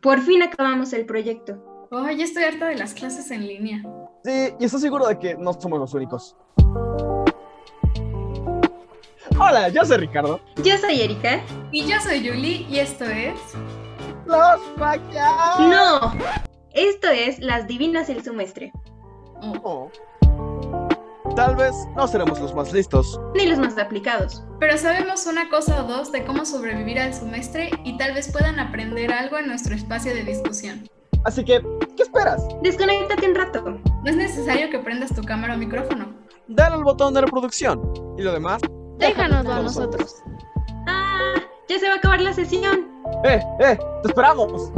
Por fin acabamos el proyecto. Oh, ya estoy harta de las clases en línea. Sí, y estoy seguro de que no somos los únicos. Hola, yo soy Ricardo. Yo soy Erika. Y yo soy Yuli y esto es... ¡Los Maquias! No. Esto es Las Divinas del Semestre. Oh, Oh. Tal vez no seremos los más listos. Ni los más aplicados. Pero sabemos una cosa o dos de cómo sobrevivir al semestre y tal vez puedan aprender algo en nuestro espacio de discusión. Así que, ¿qué esperas? Desconéctate un rato. No es necesario que prendas tu cámara o micrófono. Dale al botón de reproducción. Y lo demás. Déjanoslo a nosotros. nosotros. Ah, ya se va a acabar la sesión. ¡Eh, eh! ¡Te esperamos!